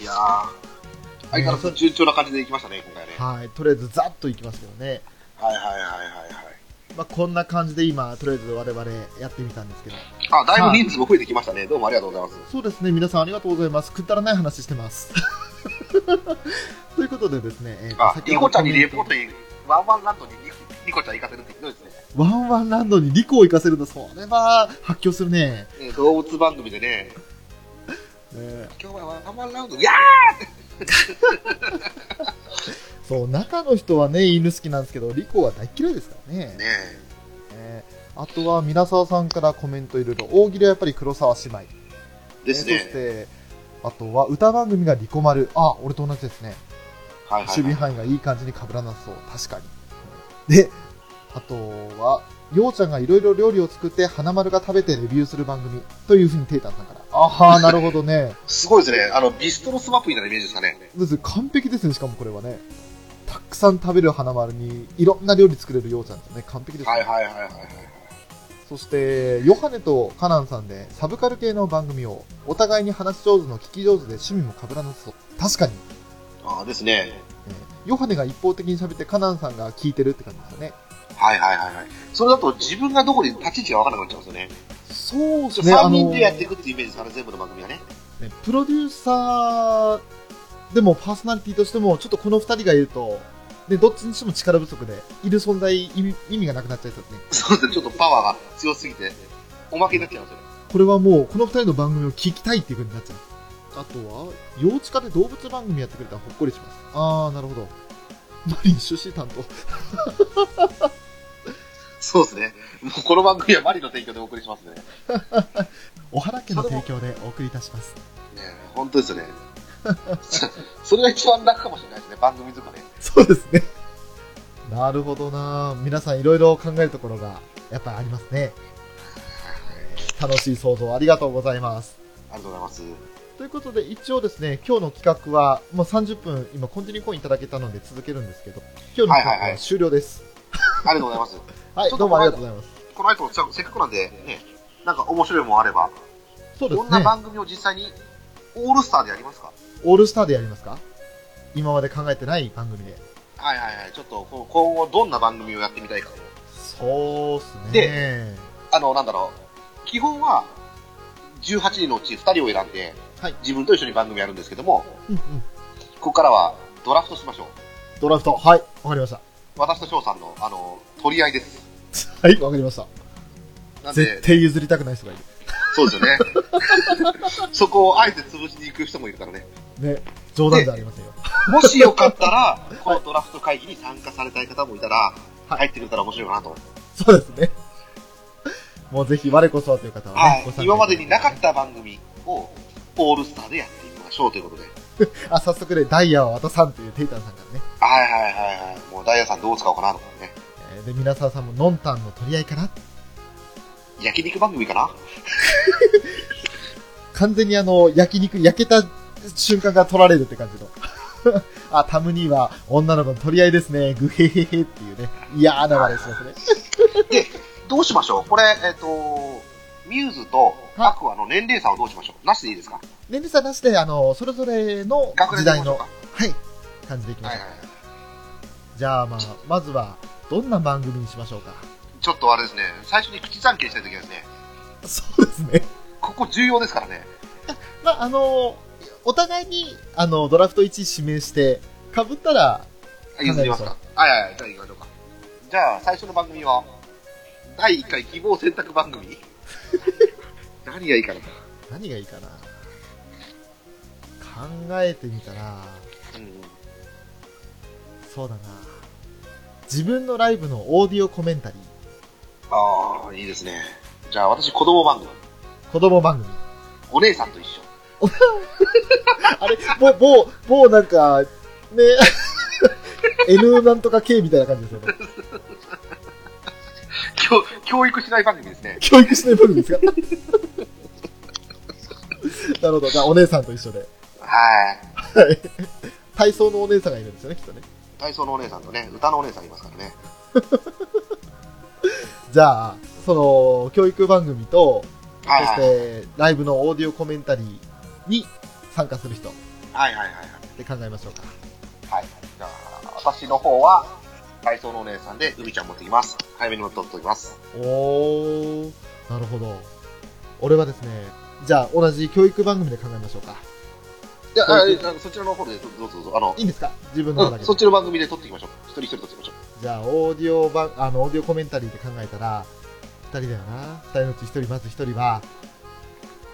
いやー。相変わらず順調な感じでいきましたね、今回ね。
はい、とりあえずざっといきますけどね、
はいはいはいはいはい。
まあ、こんな感じで今、とりあえず我々やってみたんですけど、
あ、だいぶ人数も増えてきましたね。どうもありがとうございます。
そうですね、皆さんありがとうございます、くだらない話してます。 ということでですね、えーと
あ、
先
ニ
ほ
コ
ど
ちゃんに
コメ
レ
ント
ポートに、ワンワンランドにニコニコちゃん行かせるってひどいですね。
ワンワンランドにリコを行かせるんだ、それは発狂するね。
ね動物番組でね、
ね
今日はワンワンランド、いや
そう、中の人はね、犬好きなんですけど、リコは大嫌いですからね。
ーね
ねあとは、皆沢さんからコメントいろいろ、大喜利はやっぱり黒沢姉妹。
です
えーそし
ね。
て、あとは歌番組がリコ丸。あ、俺と同じですね。
はいは
守備
いはい。
範囲がいい感じに被らなそう。確かに。で、あとは、ようちゃんがいろいろ料理を作って、花丸が食べてレビューする番組というふうにテータさんから。あはー、なるほど ね。
すごいですね。あの、ビストロスマップみたいなイメージですかね。
ず完璧ですね、しかもこれはね。たくさん食べる花丸に、いろんな料理作れるようちゃんですね。完璧ですね、
はいはいはいはいはい。
そして、ヨハネとカナンさんでサブカル系の番組を、お互いに話し上手の聞き上手で趣味も被らなそう。確かに。
あーです
え
ね。
ーヨハネが一方的に喋ってカナンさんが聞いてるって感じですよね。
はいはいはいはい。それだと自分がどこに立ち位置が分からなくなっちゃうんですよね。
そう
三3人でやっていくっていうイメージですから、全部の番組がね。
ね、プロデューサーでもパーソナリティとしても、ちょっとこの二人がいると、ね、どっちにしても力不足で、いる存在意味意味がなくなっちゃいそうですね。
そうですね、ちょっとパワーが強すぎて、おまけになっちゃうんですよね。
これはもう、この二人の番組を聞きたいっていう風になっちゃう。あとは、幼稚科で動物番組やってくれたらほっこりします。あー、なるほど。マリン出資担当。
そうですね。もうこの番組はマリの提供でお送りしますね。ね
お原家の提供でお送りいたします。
え本当ですよね。 そそれが一番楽かもしれないですね、番組とかね。
そうですね。なるほどな皆さんいろいろ考えるところが、やっぱりありますね。えー楽しい想像ありがとうございます。
ありがとうございます。
ということで、一応ですね、今日の企画は、もう30分、今コンティニューコインいただけたので続けるんですけど、今日の企
はいは
画
いは
はい終了です。
ありがとうございます。
はい、
ちょ
ど
っと
うもありがとうございます。
この後、せっかくなんで、ね、なんか面白いもんあれば、
そうで
こ
す
んな
ね。
番組を実際にオールスターでやりますか
オールスターでやりますか今まで考えてない番組で。
はいはいはい。ちょっとこう今後どんな番組をやってみたいか
そ
を
うっすね。
であの、なんだろう。基本は、18人のうち2人を選んで、
はい
自分と一緒に番組やるんですけども、
うんうん。
ここからはドラフトしましょう。
ドラフト。はい、わかりました。
私と翔さんの、あの、取り合いです。
はい、わかりました。
なん
絶
で、
対譲りたくない人がい
そうですよね。 そこをあえて潰しに行く人もいるか らね。
る。ね、冗談じゃありませんよ。
もしよかったら、このドラフト会議に参加されたい方もいたら、
はい
入ってくれたら面白いかなと。
そうですね。もうぜひ我こそはという方はね、ご
は
参加
い。今までになか
いただい
った番組を、オールスターでやっていきましょうということで。
て。あ、早速で、ダイヤを渡さんというテイタンさんからね。
はいはいはいはい。もうダイヤさんどう使おうかなとかね。
えーで、皆沢さんもノンタンの取り合いかな
焼肉番組かな
完全にあの、焼肉、焼けた瞬間が取られるって感じの。 あ、タムには女の子の取り合いですね。グヘヘヘっていうね。嫌な笑いしますね。
どうしましょうこれ、えっ、と、ミューズとアクアの年齢差をどうしましょうなしでいいですか
年齢差なしで、あの、それぞれの
学
時
年でい
代
きましょ
の、
うか
はい、感じでいきま
は
しょ
いは
う
い。はい。
じゃあ、まあ、まずは、どんな番組にしましょうか。
ちょっとあれですね、最初に口じゃんけんしたいときですね。
そうですね。
ここ重要ですからね。
まあ、あの、お互いに、あの、ドラフト1位指名して、被ったら、
あ譲りますか。はいはいはい、じゃあ行きましょうか。じゃあ、最初の番組は、第1回希望選択 番組。何がいいかな。
何がいいかな。考えてみたら、
うん。
そうだな。自分のライブのオーディオコメンタリー、
ああ、いいですね。じゃあ、私、子供番組。
子供番組。
お姉さんと一緒。
あれ、もう、もう、もうなんか、ね、N なんとか K みたいな感じですよね。
教教育しない番組ですね。
教育しない部分ですか なるほど。じゃあ、お姉さんと一緒で。
はい。
体操のお姉さんがいるんですよね、きっとね。
体操のお姉さんとね、歌のお姉さんいますからね。
じゃあ、その、教育番組と、
はい
そ
は
し
いはい。
て、ライブのオーディオコメンタリーに参加する人っ
はいはいはいはい。
て考えましょうか。
はい。じゃあ、私の方は、体操のお姉さんで、海ちゃん持ってきます。早めに持っておきます。
おー、なるほど。俺はですね、じゃあ、同じ教育番組で考えましょうか。
いや、
あ
そちらの方で、どうぞどうぞ。あの
い、いんですか自分の方だけ
うん、
で。
そっちの番組で撮っていきましょう。一人一人撮っていきましょ
じゃあ、オーディオ版、あの、オーディオコメンタリーで考えたら、二人だよな。二人のうち一人、まず一人は、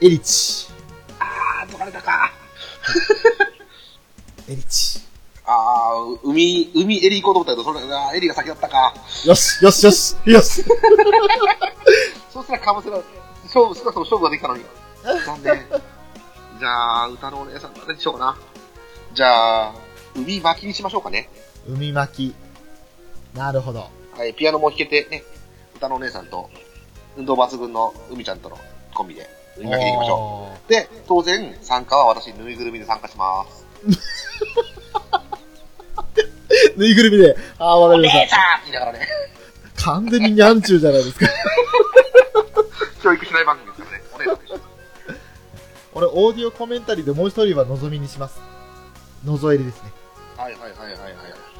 エリチ。
う。あー、取られたか。
エリチ。
あー、海、海、エリ行こうと思ったけど、それ、あーエリが先だったか。
よし、よし、よし、よし。
そうしたらかぶせられ、勝負、少なくとも勝負ができた のに。残念。じゃあ、歌のお姉さん、誰にしようかな。じゃあ、海巻きにしましょうかね。
海巻き。なるほど。
はい、ピアノも弾けて、ね、歌のお姉さんと、運動抜群の海ちゃんとのコンビで、海巻きでいきましょ
おー
う。で、当然、参加は私、ぬいぐるみで参加します。
ぬいぐるみで。あー、わかりまし
さあ言いながらね、
た。完全にニャンチューじゃないですか。
教育しない番組ですからね、お姉さんでしょ。
俺、オーディオコメンタリーでもう一人はのぞみにします。のぞえりですね。
はいはいはいはいはい。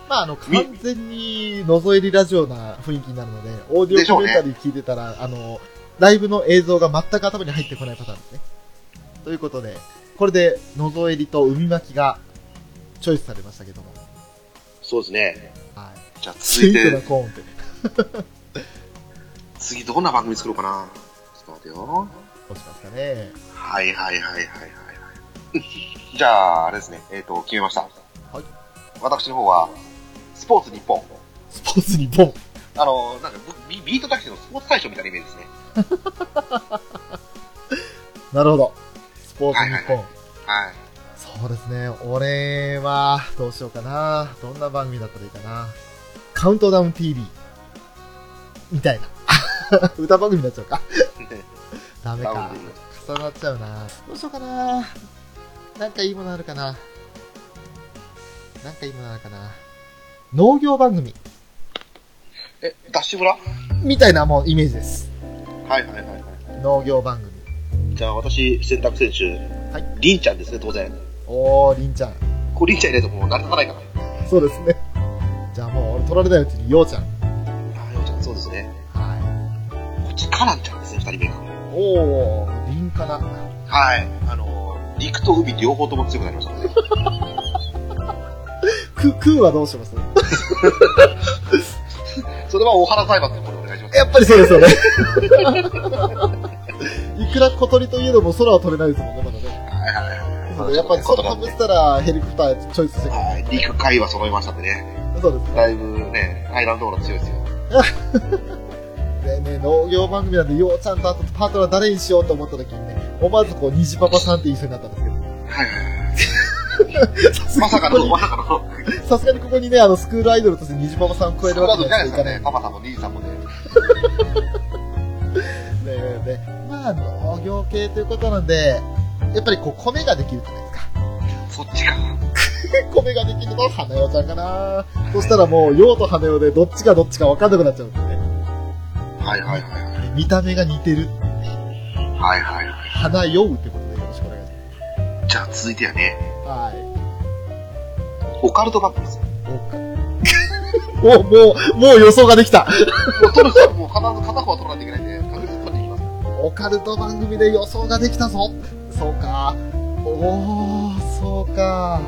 まあ、あの、完全にのぞえりラジオな雰囲気になるので、オーディ
でし
オ
ょ
コ
うね
メンタリー聞いてたら、あの、ライブの映像が全く頭に入ってこないパターンですね。ということで、これで、のぞえりと海巻きが、チョイスされましたけども。
そうですね。
はい。
じゃあ、
ス
続
イ
い
ートな
て、
コーンって。
次どんな番組作ろうかな。ちょっと待てよ。
どうしますかね。
はいはいはいはいはいはい。 じゃあ、あれですね、えっ、と、決めました。
はい。
私の方は、スポーツ日本。
スポーツにボン。
あの、なんかビ、ビートタクシーのスポーツ大賞みたいなイメージですね。
なるほど。スポーツ日
はいはい
本。
はい。
そうですね。俺は、どうしようかな。どんな番組だったらいいかな。カウントダウン TV。みたいな。 歌番組になっちゃうか。ダメか。重なっちゃうな。どうしようかな。なんかいいものあるかな。なんかいいものあるかな。農業番組。
え、ダッシュ村は
みたいなもうイメージです。
いはいはいはい。
農業番組。
じゃあ、私、選択選手、
はい。
りんちゃんですね、当然。
おー、りんちゃん。
これりんちゃんいないともう成り立たないから。
そうですね。じゃあもう俺取られないうちにようちゃん。
あーようちゃん、そうですね。
は
こっち、かなんちゃんですね、二人目が。
い。おー、りんかな。
はい。あの、陸と海両方とも強くなりましたので。
く、くーはどうします
それは大原裁判の方でお願いします。
やっぱりそうですよね。 いくら小鳥といえども空は取れないですもんね、まだね。
はいはいはい
やっぱり空かぶしたらヘリコプターチョイスしてく
はい、陸海は揃いましたんでね、
る。そうですね。
だいぶね、アイランドオーラ強いですよ。
でね、農業番組なんで、ようちゃんとあとパートナー誰にしようと思った時にね、思わずこう、虹パパさんって言いそうになったんですけど。
はいはいはい。
さす
まさ
がに
か
こ
の、
こ
まさかの、
に、さすがにここにね、あの、スクールアイドルとして虹パパさんを超え
ス
る
クラ
わ
ウド
けに
じゃな
はいい
です
か
か
ない
ね、。パパさんも兄さんもね。
ねえねえまあ、農業系ということなんで、やっぱりこう、米ができるじゃないですか。
そっちか。
米ができると花代ちゃんかなそしたらもう、用と花代でどっちがどっちか分かんなくなっちゃうんでね。
はいはいはいはい。
見た目が似てる。
はいはいは
花酔うってことでよろしくお願いし
い。じゃあ続いてはね、
ます。はい。
オカルトバッグですよ。
お、もう、もう予想ができた。
もう取る人はもう必ず片方は取らないといけないんで、確実に取りに行きます。
オカルト番組で予想ができたぞそうかおーそうか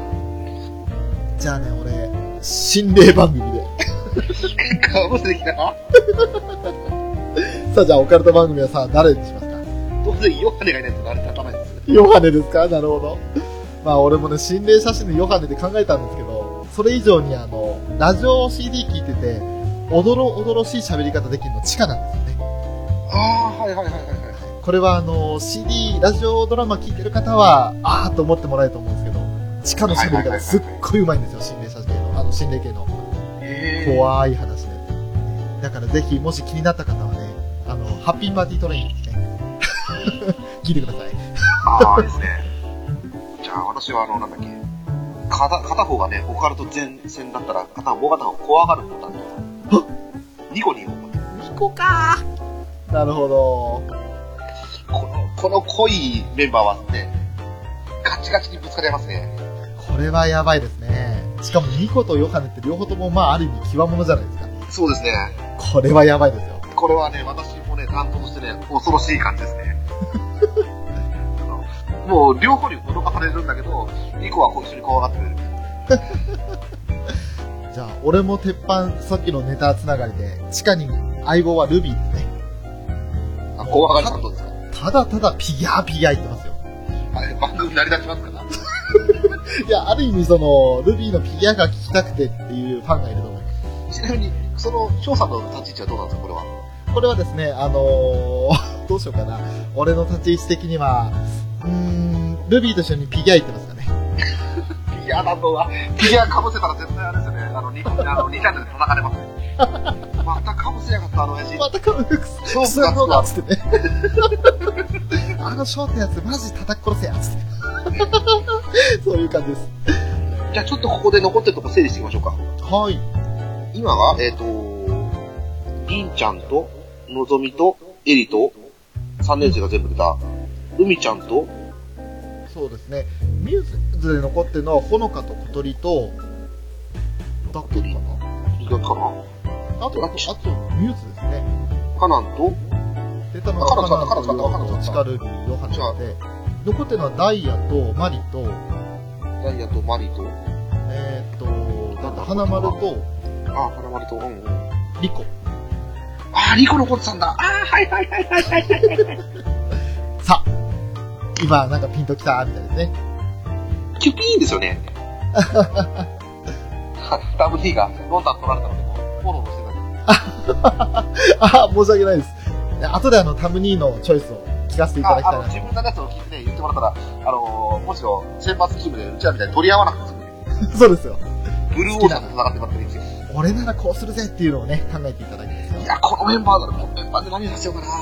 じゃあね俺心霊番組で
どうしてできたか
さあじゃあオカルト番組はさ誰にしますか
どうせヨハネがいないとあれ立たないですよ。
ヨハネですかなるほど。まあ俺もね、心霊写真でヨハネで考えたんですけど、それ以上にあの、ラジオ CD 聞いてて、おどろおどろしい喋り方できるの地下なんですよね。
ああ、はいはいはいはいはい。
これはあの、CD、ラジオドラマ聞いてる方は、あーと思ってもらえると思うんですけど、地下の喋り方すっごい上手いんですよ、心霊写真の。あの、心霊系の。
え
怖い話で。だからぜひ、もし気になった方はね、あの、ハッピーパーティートレインですね。 聞いてください。
ああですね。じゃあ私はあの、なんだっけ。片片方がね、オカルト前線だったら、片方、もう片方怖がる方だったら。ニコニコ。
ニコかなるほど。
この、この濃いメンバーはね、ガチガチにぶつかり合いますね。
これはやばいですね。しかもニコとヨハネって両方ともまあある意味極物じゃないですか。
そうですね。
これはやばいですよ。
これはね、私もね、担当としてね、恐ろしい感じですね。あのもう、両方に驚かされるんだけど、ニコはこう一緒に怖がってくれる。
じゃあ、俺も鉄板、さっきのネタつながりで、地下に相棒はルビーですね。
あ怖がる担当ですか
ただただピギャーピギャー言ってますよ。
はい、番組成り立ちますから。
いや、ある意味その、ルビーのピギャーが聞きたくてっていうファンがいると思います。
ちなみに、その、翔さんの立ち位置はどうなんですか、これは。
これはですね、あのー どうしようかな。俺の立ち位置的には、うーん、ルビーと一緒にピギャー言ってますかね。
ピアだとは、ピアかぶせたら絶対あれですよね、あの、2, あの二チャンネルで叩かれますね。またかぶせやがった、あの親父。
またこの服
そう
クソ野郎だっつってね。 あのショーってやつ、マジ叩き殺せやっつって。 そういう感じです。
じゃあちょっとここで残ってるとこ整理していきましょうか。
はい。
今が、えっ、と、りんちゃんと、のぞみと、えりと、3年生が全部出た、うみちゃんと、
そうですね。ミューズで残ってるのは、ほのかと小鳥と、だけかな。
いかかな
あと、あと、あとミューズですね。
かなんと、
出たの
あカ
が
ナ
カナ
カナカナ
とチカルビー、ヨハネで、残ってるのはダイヤとマリと、
ダイヤとマリと、
えーっと、だって花丸と
あ、花丸と、うんうん。
リコ。
あー、リコのコツさんだ。あー、はいはいはいはいはい。
さあ、今なんかピンときたみたいですね。
キュピーンですよね。WD がロンダン取られたので、もうフォローしてたんで
あ、申し訳ないです。後であの、タムニーのチョイスを聞かせていただき
あ、
たい
あの、
なと
自。分のやつを聞いてね、言ってもらったら、あのー、もちろん、選抜チームでうちらみたいに取り合わなくてもね、
そうですよ。
ブルーオーシャンと戦ってもらってるんですよ。
俺ならこうするぜっていうのをね、考えていただきたいですよ
い。や、このメンバーだろ、このメンバーで何させようかな。
さ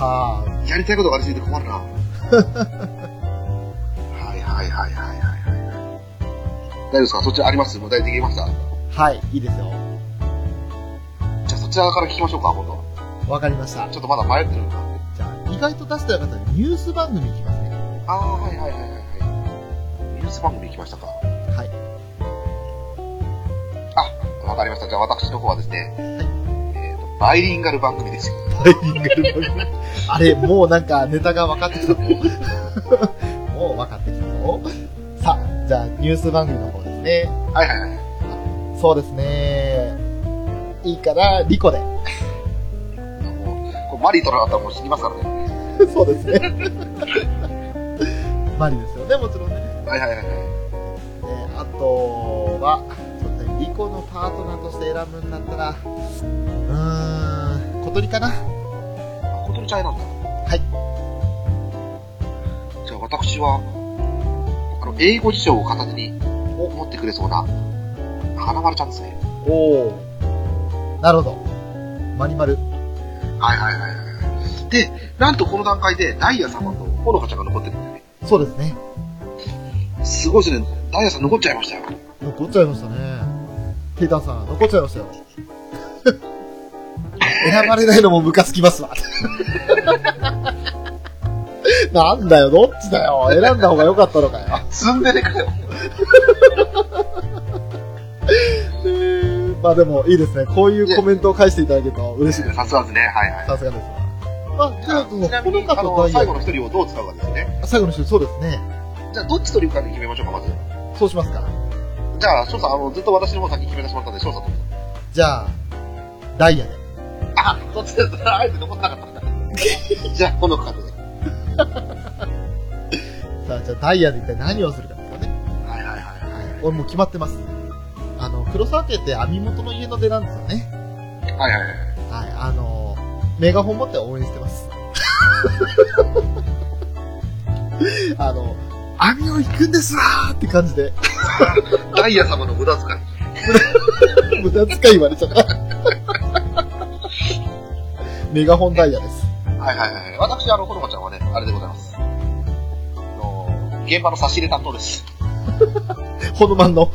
あ、
やりたいことがありすぎて困 るな。はいはいはいはいはいはい。大丈夫ですかそっちらありますもう大体できました
はい、いいですよ。
じゃあそちらから聞きましょうか、今度。
わかりました。
ち
じ
ょっとまだ迷ってるのか。
ゃあ、意外と出してなかったんでニュース番組いきますね。
ああ、はいはいはいはいはい。ニュース番組行きましたか。
はい。
あ、わかりました。じゃあ私の方はですね、えっ、と、バイリンガル番組ですよ。
あれ、もうなんかネタが分かってきたぞ。 もう分かってきたぞ。さあ、じゃあ、ニュース番組の方ですね。
はいはいはい。
そうですね。いいから、リコで。
もうこれマリー取らなかったらもう死にますからね。
そうですね。マリですよね、もちろんね。
はいはいはい
え
は
ーあとは、そうですね、リコのパートナーとして選ぶんだったら、うーん、小鳥かな。
い。コトルちゃんなんだ。
はい。
じゃあ私は、あの、英語辞書を片手に
お
持ってくれそうな、花丸ちゃんですね。
おお。なるほど。マニマル。
はいはいはいはい。で、なんとこの段階でダイヤ様とほのかちゃんが残ってるんだよね。
そうですね。
すごいですね。ダイヤさん残っちゃいましたよ。
残っちゃいましたね。テイタンさん、残っちゃいましたよ。選ばれないのもムカつきますわ。なんだよ、どっちだよ。選んだ方が良かったのかよ。
ツンデレかよ。
まあでもいいですね。こういうコメントを返していただけると嬉しいです。
さすがですね。はいはい。
さすがですわ。あ、じゃあ、
ちなみ
ほ
に
の、か
あ
とダ
の、
イヤ
最後の一人をどう使うかですよね。
あ最後の人、そうですね。
じゃあ、どっち取るかで決めましょうか、まず。
そうしますか。
じゃあ、翔さん、あの、ずっと私の方先に決めてしまったんで、翔さんと。
じゃあ、ダイヤで。
あ、そっちだったら、あえて残らなかった。 じゃあ、ほのかで。
さあ、じゃあダイヤで一体何をするかですよね。
はいはいはい
はい。俺もう決まってます。あの、黒沢家って網元の家の出なんですよね。
はい。はいはいはい。
はい、あのメガホン持って応援してます。 あの、網を行くんですわーって感じで、
ダイヤ様の無駄遣い。
無駄遣い言われちゃった。メガホンダイヤです。
はいはいはい。私、あの、ほのかちゃんはね、あれでございます。あの、現場の差し入れ担当です。
ホノマンの、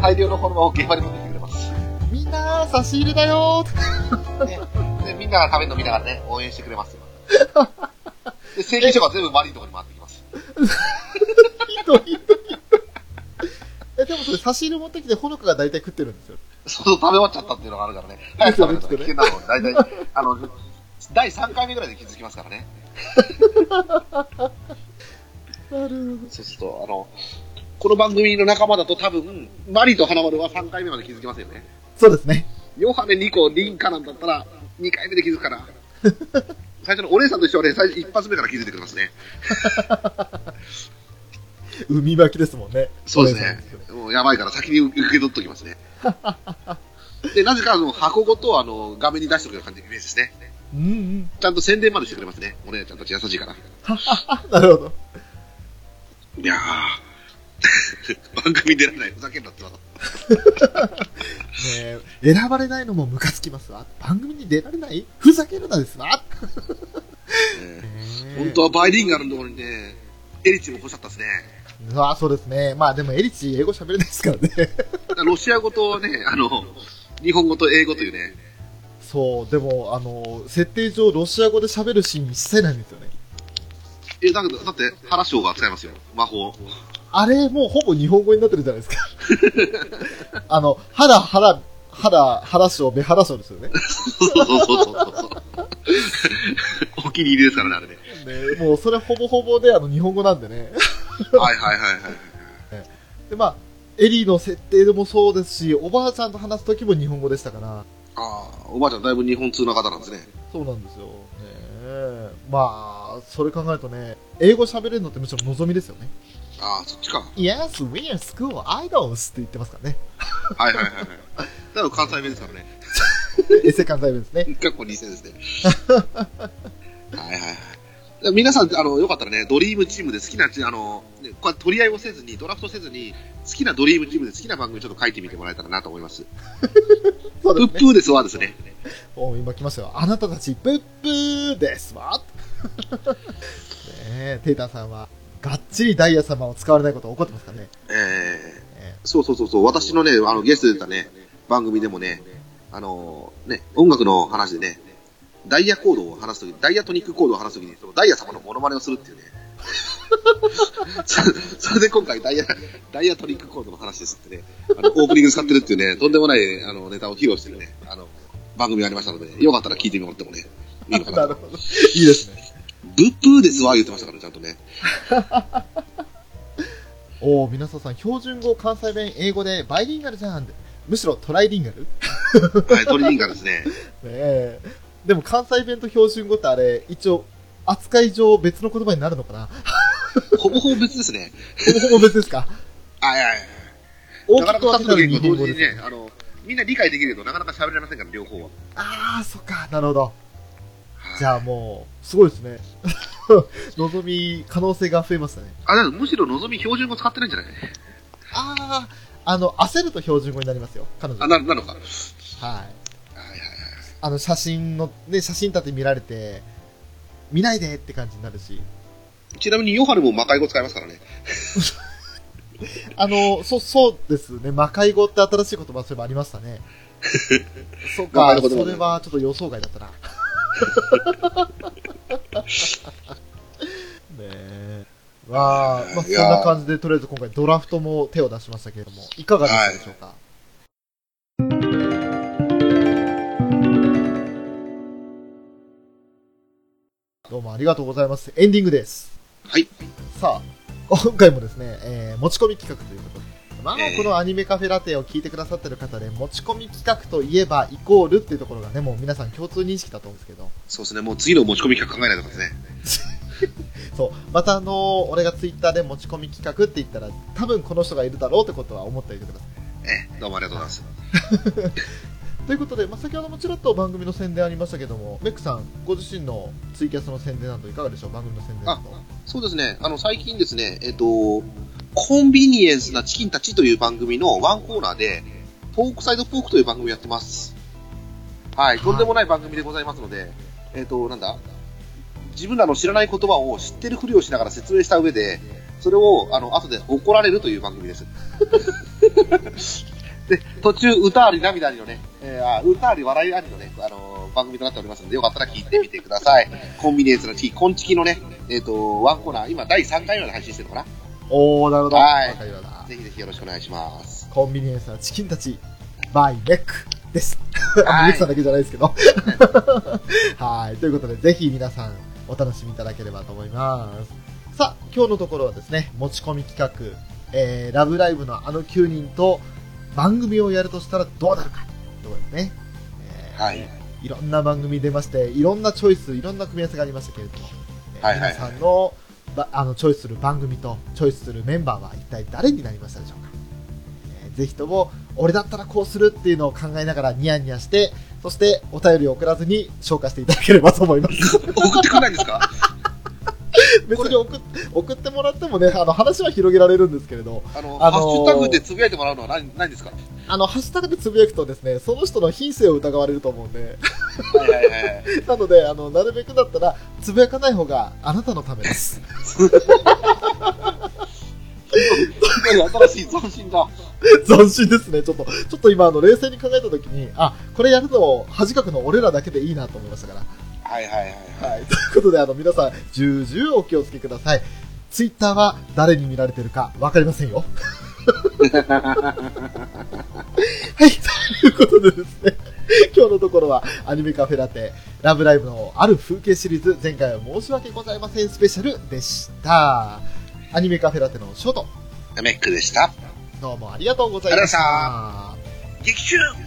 大量のホルマを現場に持ってきてくれます。
みんな差し入れだよー
で、みんなが食べるの見ながらね、応援してくれますよ。で、請求書が全部マリーのところに回ってきます。
ひどいひどいひどいえ、でもそれ差し入れ持ってきて、ほのかが大体食ってるんですよ。
そう、食べ終わっちゃったっていうのがあるからね。早く食べないと危険なので、大体、あの、第3回目ぐらいで気づきますからね。
なるほ
そうすると、あの、この番組の仲間だと多分、マリと花丸は3回目まで気づきますよね。
そうですね。
ヨハネ2個、リンカなんだったら、2回目で気づくから。最初のお姉さんと一緒はね、最初一発目から気づいてくれますね。
海巻きですもんね。
そうですね。もうやばいから先に受け取っときます ね。で、なぜかあの箱ごとあの画面に出しておくような感じのイメージですね。
うんうん。
ちゃんと宣伝までしてくれますね。お姉ちゃんたち優しいから。
あ、なるほど。
いやー。 番組出られない。ふざけんなってな。
ねえ、選ばれないのもムカつきますわ。番組に出られないふざけるなですわ。
本当はバイリンガルのところにね、エリチも欲しかったですね。
うわそうですね。まあでもエリチ英語喋れないですからね。
ロシア語と ね、あの、日本語と英語というね、
そう、でも、あの、設定上ロシア語で喋るシーン一切ないんですよね。
え、だけど、だって、ハラショーが使いますよ。魔法。
あれ、もうほぼ日本語になってるじゃないですか。あの、ハラハラ、ハラ、ハラショー、ベハラショーですよね。
そうそうそうそうそう。お気に入りですからね、あれね。
ねもうそれほぼほぼで、あの、日本語なんでね。
はいはいはいはい。
で、まあ、エリーの設定でもそうですし、おばあちゃんと話す時も日本語でしたから。
ああ、おばあちゃんだいぶ日本通な方なんですね。
そうなんですよ。ねえまあ、それ考えるとね、英語喋れるのってむしろ望みですよね。
ああ、そっちか。
Yes, we are school idols って言ってますからね。
はいはいはいはい。だから関西弁ですからね。
エセ関西弁ですね。
学校2000ですね。 はいはいはい。皆さん、あの、よかったらね、ドリームチームで好きな、あの、ねこうやって取り合いをせずに、ドラフトせずに、好きなドリームチームで好きな番組ちょっと書いてみてもらえたらなと思います。
そう
プ
ですね。
ップーですわですね。
お今来ましたよ。あなたたち、プップーですわ。 ねえ、テイタンさんは、がっちりダイヤ様を使われないことを怒ってますからね。
えー
ね
そうそうそうそう、私のね、あの、ゲストで出たね、番組でもね、あの、ね、音楽の話でね、ダイヤコードを話すとき、ダイヤトニックコードを話すときに、そのダイヤ様のモノマネをする っていうね。そそれで今回ダイヤ、ダイヤトニックコードの話ですってね、あの、オープニング使ってるっていうね、とんでもない、あの、ネタを披露してるね、あの、番組がありましたので、よかったら聞いてもらってもね、いいのか
な
な
る
と。
ほど。いいですね。
ブップーですわ、言ってましたからね、ちゃんとね。
おお、皆さんさん、標準語、関西弁、英語でバイリンガルじゃん。むしろトライリンガル
はい、トリリンガですね。
ねえでも関西弁と標準語ってあれ一応扱い上別の言葉になるのかな
ほぼほぼ別ですね。
ほぼほぼ別です か
はいはいはい。
大
な
き
かな
く
か
分け
2つ
た
の
ら
言
日本
語同
語
時
で
に
すよ
ね、あの、みんな理解できるけど、なかなか喋れませんから、両方は。
ああそっかなるほど
はい
じゃあもうすごいですね 望み可能性が増えましたね
あ、だからむしろ望み標準語使ってないんじゃない
あああの焦ると標準語になりますよ彼女
あ、
はい
な、なのか。はいはいはい。
あの写真のね写真立て見られて見ないでって感じになるし
ちなみに、ヨハネも魔界語使いますからね。
あのそそうですね魔界語って新しい言葉そういえばありました ねそう
魔
か
界語でもね
それはちょっと予想外だった なねえわあ、まあ、そ
い
ん
や
な感じでとりあえず今回ドラフトも手を出しましたけれどもいかがでしたでしょうか、どうもありがとうございます。エンディングです。
はい。
さあ、今回もですね、えー持ち込み企画ということで、まあ
え、え
このアニメカフェラテを聞いてくださってる方で、持ち込み企画といえばイコールっていうところがね、もう皆さん共通認識だと思うんですけど、
そうですね、もう次の持ち込み企画考えないとかですね。
そう、またあのー俺がツイッターで持ち込み企画って言ったら、多分この人がいるだろうってことは思っておいてください。
ええ、どうもありがとうございます。
ということで、まあ、先ほどもちらっと番組の宣伝ありましたけども、メックさん、ご自身のツイキャスの宣伝などいかがでしょう、番組の宣伝など。
そうですね、あの、最近ですね、えっ、と、コンビニエンスなチキンたちという番組のワンコーナーで、ポークサイドポークという番組をやってます。はい、とんでもない番組でございますので、えっ、と、なんだ、自分らの知らない言葉を知ってるふりをしながら説明した上で、それを、あの、後で怒られるという番組です。 で、途中、歌あり涙ありのね、えーあ歌あり笑いありのね、あのー番組となっておりますので、よかったら聞いてみてください。コンビニエンスのチキン、コンチキのね、えっ、と、ワンコーナー、今第3回まで配信してるのか
おー、なるほど。
はい
わかるような
な。ぜひぜひよろしくお願いします。
コンビニエンスなチキンたち、バイメックです。
はい
あメックさんだけじゃないですけど。 はい。ということで、ぜひ皆さん、お楽しみいただければと思います。さあ、今日のところはですね、持ち込み企画、えー、ラブライブのあの9人と番組をやるとしたらどうなるか、ということですね。えー
はい。
いろんな番組出まして、いろんなチョイス、いろんな組み合わせがありましたけれども、えー
はいはいはい
皆さんのばあのチョイスする番組とチョイスするメンバーは一体誰になりましたでしょうか、えーぜひとも、俺だったらこうするっていうのを考えながらニヤニヤして、そしてお便りを送らずに消化していただければと思い ます。
送ってくれないんですか
別に送っ送ってもらってもね、あの話は広げられるんですけれど、
あの、
あのー
ハッシュタグでつぶやいてもらうのはないないんですか
あの、ハッシュタグでつぶやくとですね、その人の品性を疑われると思うんで、
はいはい はい。
なので、あの、なるべくだったら、つぶやかない方があなたのためです。
新しい斬新だ。
斬新ですね。ちょっと、ちょっと今、あの、冷静に考えたときに、あ、これやるの、恥かくの俺らだけでいいな と思いましたか
はいはいはい。
ら。はい。ということで、あの、皆さん、重々お気をつけください。ツイッターは誰に見られてるかわかりませんよ。 はい。ということでですね、今日のところは、アニメカフェラテ、ラブライブのある風景シリーズ、前回は申し訳ございませんスペシャルでした。アニメカフェラテのショート、
メックでした。
どうもありがとうございまし
ありがとうござ
た。
い激中